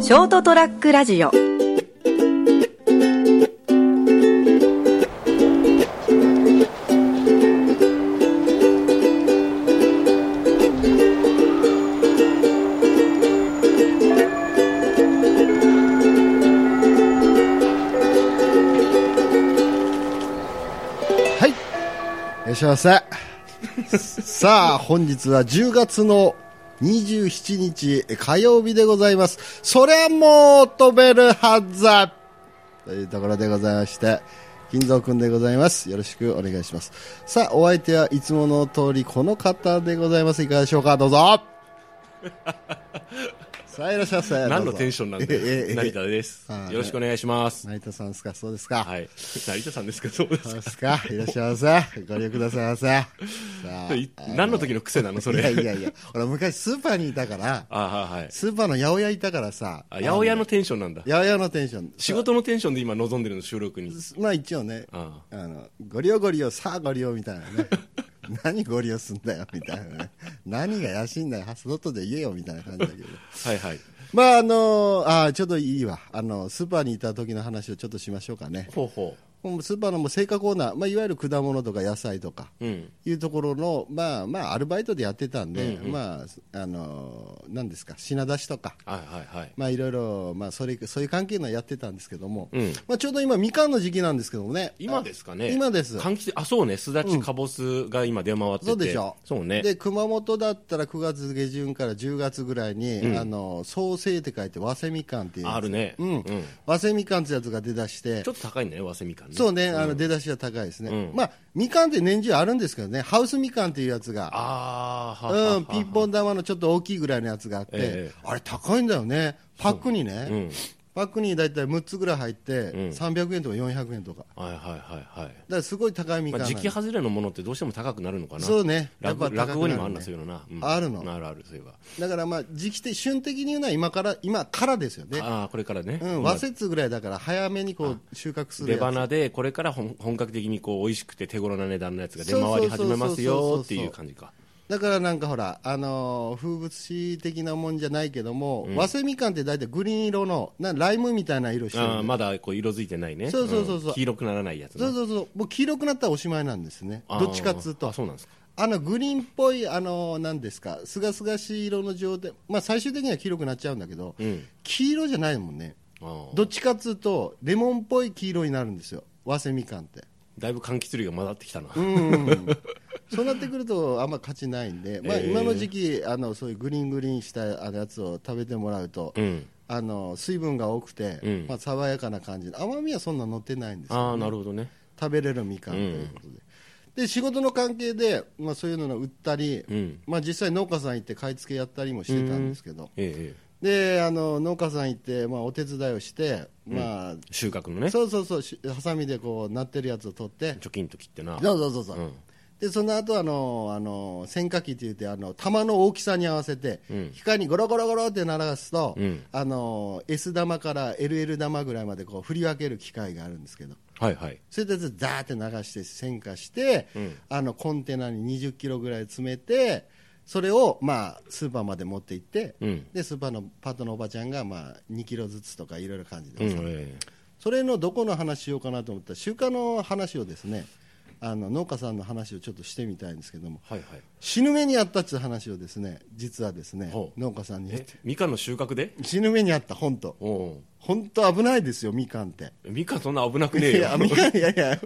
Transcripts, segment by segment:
ショートトラックラジオはい。いらっしゃいませ。 さあ、本日は10月の27日火曜日でございます。そりゃもう飛べるはずだというところでございまして、金蔵くんでございます。よろしくお願いします。さあ、お相手はいつもの通りこの方でございます。いかがでしょうかどう ぞさあ、いらっしゃいませ。何のテンシションなんだよええええ成田ですは。いよろしくお願いします。成田さんですかそうですか、はい。成田さんですけど、そうでそうすですかいらっしゃいませ。ご利用くださいませ。さあか。い何の時の癖なのそいやいれ。やいや、俺昔スーパーにいたから、ああ、はい。スーパーの八百屋いたからさ、あ、八百屋のテンションなんだ八。百屋のテンション。仕事のテンションで今望んでるの、収録に。まあ一応ね、ああの、ご利用ご利用、さあご利用みたいな ね。何ご利用すんだよみたいなね。何が安いんだよ、外で言えよみたいな感じだけど。はいはい。まああのあちょっといいわ。あの、スーパーにいた時の話をちょっとしましょうかね。ほうほもうスーパーのもう青果コーナー、まあ、いわゆる果物とか野菜とか、う。うん。いうところの、まあまあ、アルバイトでやってたんで、まあ、あのなんですか、品出しとか、はいはいはい。まあ、いろいろ、まあ、それそういう関係のやってたんですけども、うんまあ、ちょうど今、みかんの時期なんですけどもね、今ですかね。今です柑橘、あ、そうね。すだち、かぼすが今出回ってて。そうでしょそうね。で熊本だったら9月下旬から10月ぐらいに、あの創生って書いて、早生みかんっていう、あるね。うんちょ早生みかんってやつが出だして、っと高いんだよ、わせみかんね。そうね、あの出だしは高いですね、うんまあ、みかんって年中あるんですけどね、ハウスみかんっていうやつが、ああ、はははうん、ピンポン玉のちょっと大きいぐらいのやつがあって、ええあれ高いんだよね、パックにね、うんパックに大体6つぐらい入って、ん300円とか400円とか、だかはいはいはいはい。らすごい高いみかんまあ、な時の期外れのものってどうしても高くなるのかなそうね落やっぱ高くなるね落語にもあるなそういうのな、うんあるのあるあるそういえばだからまあ時期的旬的に言うのは今から今からですよね、ああこれからね、うん、和節ぐらいだから早めにこう収穫する出やつ。花でこれから本本格的にこう美味しくて手頃な値段のやつが出回り始めますよっていう感じかだからなんかほら、あのー風物詩的なもんじゃないけども、和製みかんって大体グリーン色のなライムみたいな色してるああまだこう色づいてないねそうそうそうそうん黄色くならないやつそうなそうそうもう黄色くなったらおしまいなんですねああどっちかっつうとあそうなんですかあのグリーンっぽい、あのなんですか、すがすがしい色の状態、まあ、最終的には黄色くなっちゃうんだけど、うん黄色じゃないもんね、ああどっちかっつうと、レモンっぽい黄色になるんですよ、早生みかんって。だいぶ柑橘類が混ざってきたな、うんうんうん そうなってくると、あんま勝ちないんで、まあ、ええ今の時期、あのそういうグリーングリーンしたあのやつを食べてもらうと、うんあの水分が多くて、うんまあ、爽やかな感じで、甘みはそんな乗ってないんですよああなるほどね食べれるみかんということで,、で仕事の関係で、まあ、そういうのを売ったり、うんまあ、実際農家さん行って買い付けやったりもしてたんですけど、えええであの農家さん行って、まあ、お手伝いをして、まあえ収穫のねそうそうそうしハサミでこうなってるやつを取ってチョキンと切ってなそうそうそうそう、うんでその後あのあの選果機って言ってあの玉の大きさに合わせて、うん機械にゴロゴロゴロって鳴らすと、うんあの S 玉から LL 玉ぐらいまでこう振り分ける機械があるんですけどはいはいそれでザーって流して選果して、うんあのコンテナに20キロぐらい詰めてそれをまあスーパーまで持って行って、うんでスーパーのパートのおばちゃんがまあ2キロずつとかいろいろ感じで、うんえそれのどこの話しようかなと思ったら収穫の話をですねあの農家さんの話をちょっとしてみたいんですけどもえはいはい死ぬ目にあったっていう話をですね実はですねほう農家さんにえみかんの収穫で死ぬ目にあった本当おお本当危ないですよみかんって。みかんそんな危なくねえいよやみかんいやいや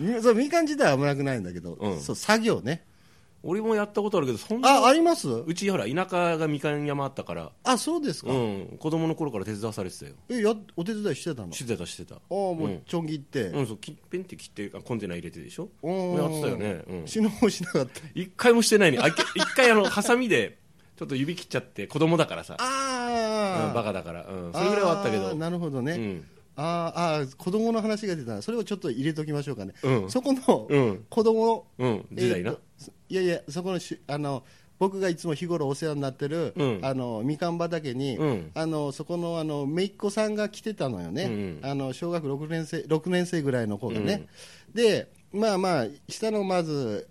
みそうみかん自体は危なくないんだけど、うんそう作業ね 俺もやったことあるけどそんあなありますうちほら田舎がみかん山あったからあそうですか、うん子供の頃から手伝わされてたよえやお手伝いしてたのあしてたしてたあもううんちょん切って、うんそうきペンって切ってあコンテナ入れてでしょおーやってたよねうん死ぬ方しなか った一回もしてないねあいけ一回あのハサミでちょっと指切っちゃって子供だからさああ、うんバカだからうんそれぐらいはあったけーどなるほどね、うんあーあー子供の話が出たなそれをちょっと入れときましょうかね、うんそこの、うん子供の、うん時代なえーといやいやそこのしあの僕がいつも日頃お世話になってる、うんあのみかん畑に、うんあのそこのあの姪っ子さんが来てたのよね、うんうんあの小学6年生六年生ぐらいの子がね、でまあまあ下のまず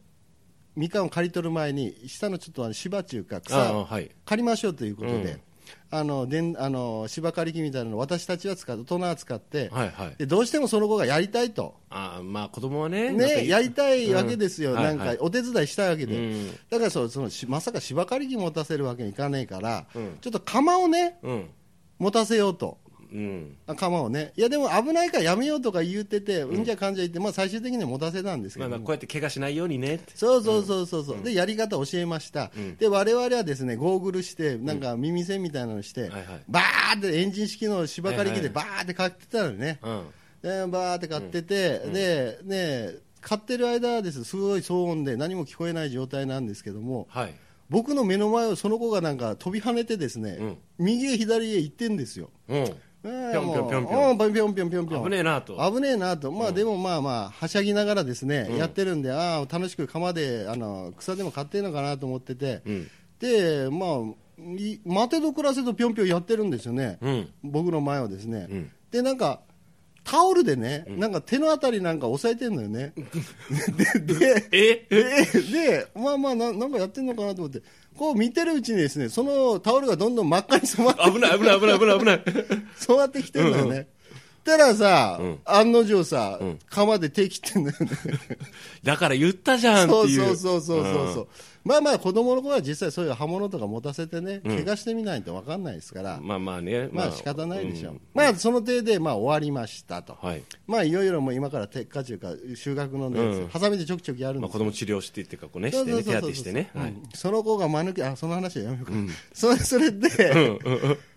みかんを刈り取る前に下のちょっとあの芝中かああ草はい刈りましょうということで、うんあのでんあの芝刈り機みたいなの私たちは使って大人は使って、はいはいでどうしてもその子がやりたいと。あーまあ子供はねなんかね、やりたいわけですよ、うんなんはいかはいお手伝いしたいわけで、うんだからそうそのしまさか芝刈り機持たせるわけにいかねえから、うんちょっと釜をね、うん持たせようと、うんあ釜をね、いや、でも危ないからやめようとか言うてて、うん、じゃかんじゃ言って、まあ、最終的には持たせたんですけまあど、まあこうやって怪我しないようにねってそうそうそうそうそう、でやり方教えました、で我々はですねゴーグルしてなんか耳栓みたいなのして、はいはいバーってエンジン式の芝刈り機はいはでいバーって買ってたのね、うんでバーって買ってて、でね買ってる間はですすごい騒音で何も聞こえない状態なんですけどもはい僕の目の前をその子がなんか飛び跳ねてですね、うん右へ左へ行ってんですよ。うんぴょんぴょんぴょんぴょんょん。うんぴょんぴょんぴょんぴょん。危ねえなと危ねえなと、まあ、でもまあまあ、はしゃぎながらですね、やってるんで、ああ、楽しく釜であの草でも買ってんのかなと思ってて、うんで、まあ、い待てど暮らせとぴょんぴょんやってるんですよね、うん僕の前をですね。うんで、なんか、タオルでね、なんか手のあたりなんか押さえてんのよ ね。で、で、ええで、まあまあな、なんかやってんのかなと思って、こう見てるうちにですね、そのタオルがどんどん真っ赤に染まって危ない危ない危ない危ない危ないそうやってきてんだよね。たらさ、うん案の定さ、ん釜で手切ってんだよ ね。だから言ったじゃんってそういそうそううそうそうそう。まあまあ子供の頃は実際そういう刃物とか持たせてね、怪我してみないと分かんないですから、うんまあまあねまあ仕方ないでしょ。うんまあその程でまあ終わりましたと。はいまあいよいよもう今から鉄火中か収穫のね、うんハサミでちょくちょくやるんまであす子よ供治療してっていうかこうねそしうそうてねそう手そう当てしてねうんはいその子が間抜けあその話はやめようか、 そそれで、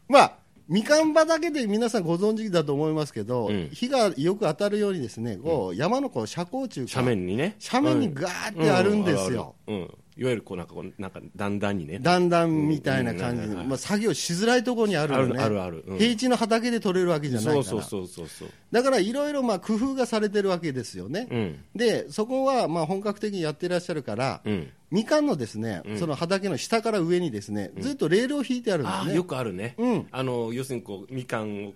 まあみかん畑で皆さんご存知だと思いますけど、うん火がよく当たるようにですねこう、山のこう車高中か斜面にね斜面にガーってあるんですよ、うんうんいわゆるこうなんかこうなんか段々にねだんだんみたいな感じで、うんうんまあ、作業しづらいところにあるよねあるあるあるうん平地の畑で取れるわけじゃないからそうそうそうそうそうだからいろいろまあ工夫がされてるわけですよね、うんでそこはまあ本格的にやってらっしゃるから、うんみかんのですね、その畑の下から上にですね、ずっとレールを引いてあるんですああね。よくあるね、うんあの要するにこうみかんを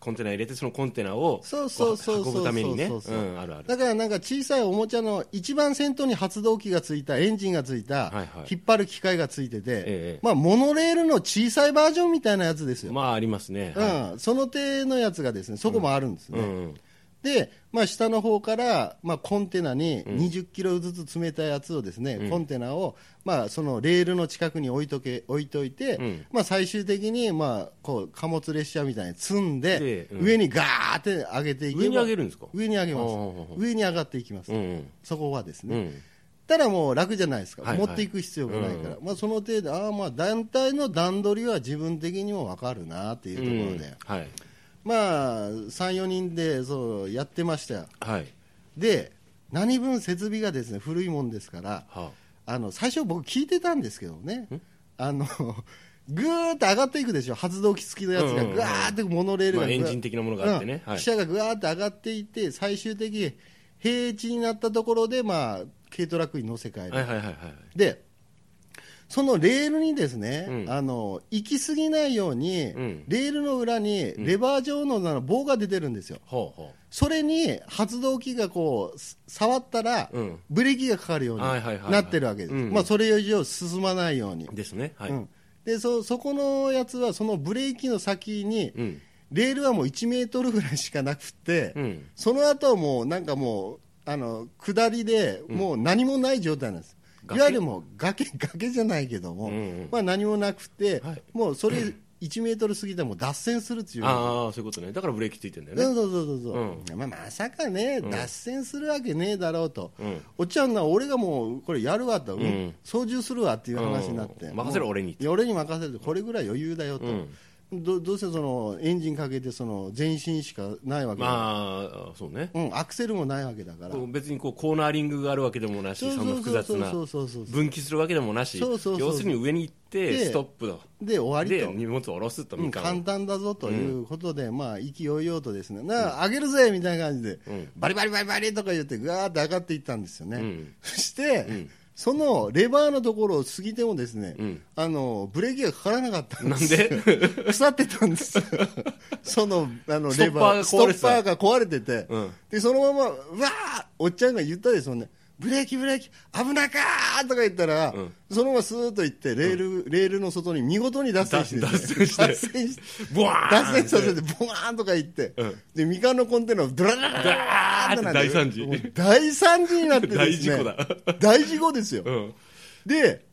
コンテナ入れてそのコンテナをそうそうそうこそう運ぶためにねそうそうそううんあるあるだからなんか小さいおもちゃの一番先頭に発動機がついたエンジンがついた、はいはい引っ張る機械がついてて、ええまあ、モノレールの小さいバージョンみたいなやつですよ、まあありますね、はうん、その手のやつがですねそこもあるんですいね、うんうんで、まあ、下の方から、まあ、コンテナに20キロずつ詰めたやつをですね、コンテナを、まあ、そのレールの近くに置いとけ置いといて、んまあ、最終的に、まあ、こう貨物列車みたいに積んでで、うん上にガーって上げていけば上に上げるんですか上に上げまほうほうほす上に上がっていきます、うんうんそこはですうね、んただもう楽じゃないですか、はいはい持っていく必要がないから、まあ、その程度ああまあ団体の段取りは自分的にも分かるなっていうところで、うんはいまあ34人でそうやってましたよはいで何分設備がですね古いもんですからはあの最初僕聞いてたんですけどねあのぐーっと上がっていくでしょ発動機付きのやつがうんうんうんぐわーってモノレールがまあぐわエンジン的なものがあってねうんはい汽車がぐわーって上がっていって最終的に平地になったところでまあ軽トラックに乗せ替えいる、はいはいはいはいでそのレールにですね、うんあの行き過ぎないように、んレールの裏にレバー状のあの棒が出てるんですよ、ほうほそれに発動機がこうす触ったら、うんブレーキがかかるようにはいはいはいはいなってるわけです、うんまあ、それ以上進まないように、うですねはい、うんでそそこのやつはそのブレーキの先に、うんレールはもう1メートルぐらいしかなくて、うんその後はもうなんかもうあの下りでもう何もない状態なんです、崖いわゆるもう崖 崖じゃないけども、うんうんまあ、何もなくて、はいもうそれ1メートル過ぎたらもう脱線するっていうああそういうことねだからブレーキついてんだよねそうそうそうそう、まあ、まさかね、脱線するわけねえだろうと、んおっちゃんな俺がもうこれやるわと、ん操縦するわっていう話になって、うん任せろもう俺にいや俺に任せるこれぐらい余裕だよと、どどうせそのエンジンかけてその前進しかないわけだ、まあそうね、うん、アクセルもないわけだから、こう別にこうコーナーリングがあるわけでもなしそうそうそんな複雑なそうそうそうそう分岐するわけでもなしそうそうそうそう要するに上に行っでてストップだで終わりでと。荷物を下ろすとうんみかんを簡単だぞということで、まあ、意気揚々とですね、なあ、上げるぜみたいな感じで、バリバリバリバリとか言って、ぐわーって上がっていったんですよね。んそして、そのレバーのところを過ぎてもですね、あの、ブレーキがかからなかったんですなんで 腐ってたんです よその、あの、レバー、スストトッッパパーーが壊れててうん、で、そのまま、うわーおっちゃんが言ったですよね、ブレーキブレーキ、危なかーーとか言ったら、んそのままスーッと行ってレール、レールの外に見事に脱線しててだ脱線して脱線しボワーンって 脱線させてボワーンとか行って、うんでみかんのコンテナをドララララーってなって大惨事もう大惨事になってですね大事故だ大事故ですよ、うんで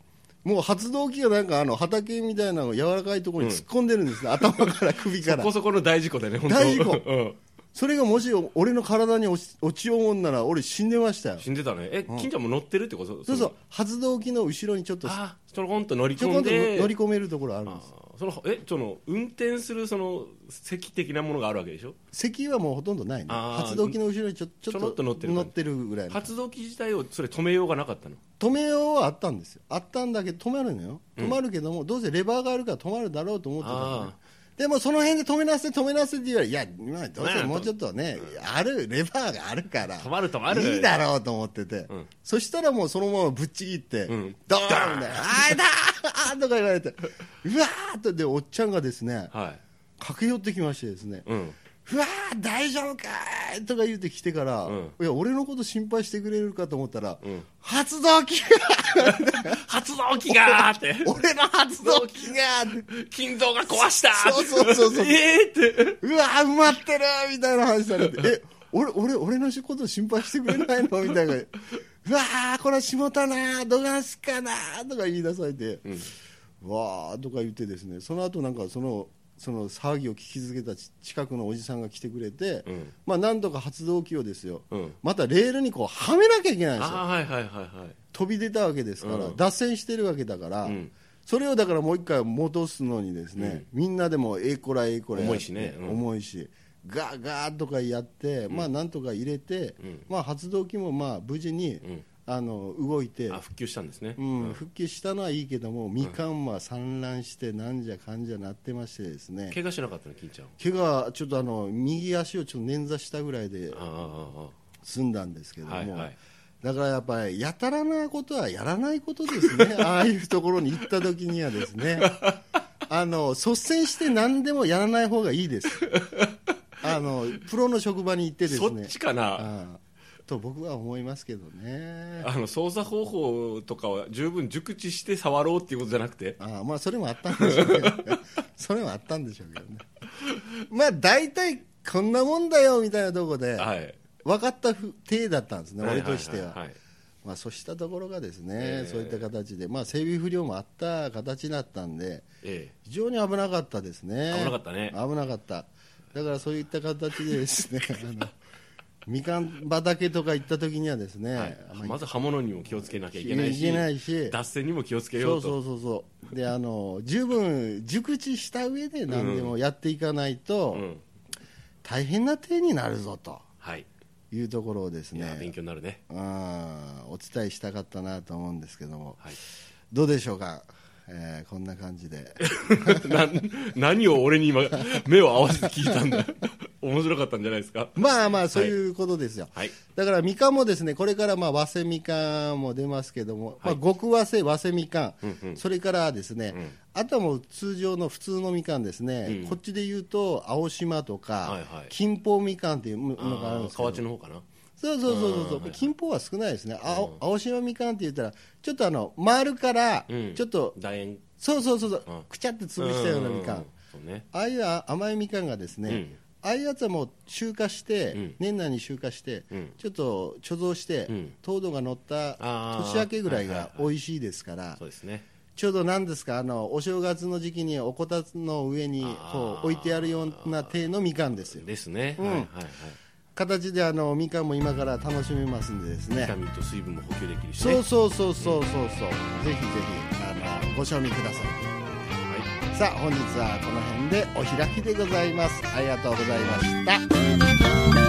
もう発動機がなんかあの畑みたいなの柔らかいところに突っ込んでるんですね、頭から首かそらこそこの大事故だよね本当大事故 うんそれがもし俺の体に落ち落ちようもんなら俺死んでましたよ死んでたねえ金ちゃんも乗ってるってことそうそのう発動機の後ろにちょっとあーちょこんと乗りちょこ込んんとで乗り込めるところあるんあですーそのえその運転するその席的なものがあるわけでしょ席はもうほとんどないねあー発動機の後ろにちょちょちょろっっと乗ってる乗ってるぐらいの発動機自体をそれ止めようがなかったの止めようはあったんですよあったんだけど止まるのよ止まるけども、どうせレバーがあるから止まるだろうと思ってたのねあでもその辺で止めなせ止めなせって言われいや、まあ、どうまあせもうちょっとねあるレバーがあるから止まる止まるいいだろうと思ってて、そしたらもうそのままぶっちぎって、んドーンで「あいだー!」とか言われてうわーっとでおっちゃんがですねはい駆け寄ってきましてですね、 うんうわー、大丈夫かーいとか言うて来てから、うんいや俺のこと心配してくれるかと思ったら、ん発動機が、発動機がーって俺の発動機が、金臓が壊したーそうそうそうそう ええってうわー、埋まってるーみたいな話され て、え、俺、俺、俺のこと心配してくれないのみたいな、うわー、これは下田なー、どがすかなーとか言い出されて、わーとか言ってですね、その後なんかその、その騒ぎを聞き続けたち近くのおじさんが来てくれて、うんまあなんとか発動機をですよ、うんまたレールにこうはめなきゃいけないんですよ。ああはいはいはいはい飛び出たわけですから、うん脱線してるわけだから、んそれをだからもう一回戻すのにですね、みんなでもええこらええこらやって重いしねうん重いしガーガーとかやって、まあなんとか入れて、まあ発動機もまあ無事に、んあの動いてあ。復旧したんですねうん、復帰したのはいいけども、みかんは散乱して、なんじゃかんじゃなってましてですね、怪我しなかったの金ちゃんは怪我ちょっとあの右足をちょっと捻挫したぐらいであああああ済んだんですけども、はいはいだからやっぱりやたらなことはやらないことです ねああいうところに行った時にはですねあの率先して何でもやらない方がいいですあのプロの職場に行ってあですそっねちかなああと僕は思いますけどねあの操作方法とかは十分熟知して触ろうっていうことじゃなくてああまあそれもあったんでしょうけど それもあったんでしょうけどねまあ大体こんなもんだよみたいなとこではい分かったふ体だったんですね俺としては。いいいいまあ、そうしたところがですね、ええそういった形で、まあ、整備不良もあった形だったんで、え非常に危なかったですね、危なかったね危なかっただからそういった形でです ね、あのみかん畑とか行った時にはですね、えあはまいりまず刃物にも気をつけなきゃいけないしいけないし脱線にも気をつけそよううとそうそうそう、であの十分熟知した上で何でもやっていかないと、うん大変な手になるぞとはいいうところをですいや勉ね、強になるね あーお伝えしたかったなと思うんですけども。はいどうでしょうか、えーこんな感じで な何を俺に今目を合わせて聞いたんだ 面白かったんじゃないですかまあまあそういうことですよ、はいだからみかんもですねこれからまあ和製みかんも出ますけども、まあ、極和製和製みかん、それからですね、あとはもう通常の普通のみかんですね、こっちで言うと青島とか、はいはい金峰みかんっていうのがあるんあでーすけど河内の方かなそうそうそうそう、金峰は少ないですね、青青島みかんって言ったらちょっとあの丸からうんちょっと、楕円そうそうそうそう、うんくちゃって潰したようなみかうんんそうねああいうあ甘いみかんがですね、うんああいうやつはもう集荷して、ん年内に集荷して、うんちょっと貯蔵して、うん糖度が乗ったあー年明けぐらいはがいはい美味しいですから、そうですねちょうど何ですかあのお正月の時期におこたつの上にこう置いてあるような手のみかんですよですね、うんはいはいはい形であのみかんも今から楽しめますんでですビねタミンと水分も補給できるしねそうそうそうそうそうそう、ぜひぜひあのご賞味くださいはいさあ本日はこの辺でお開きでございますありがとうございました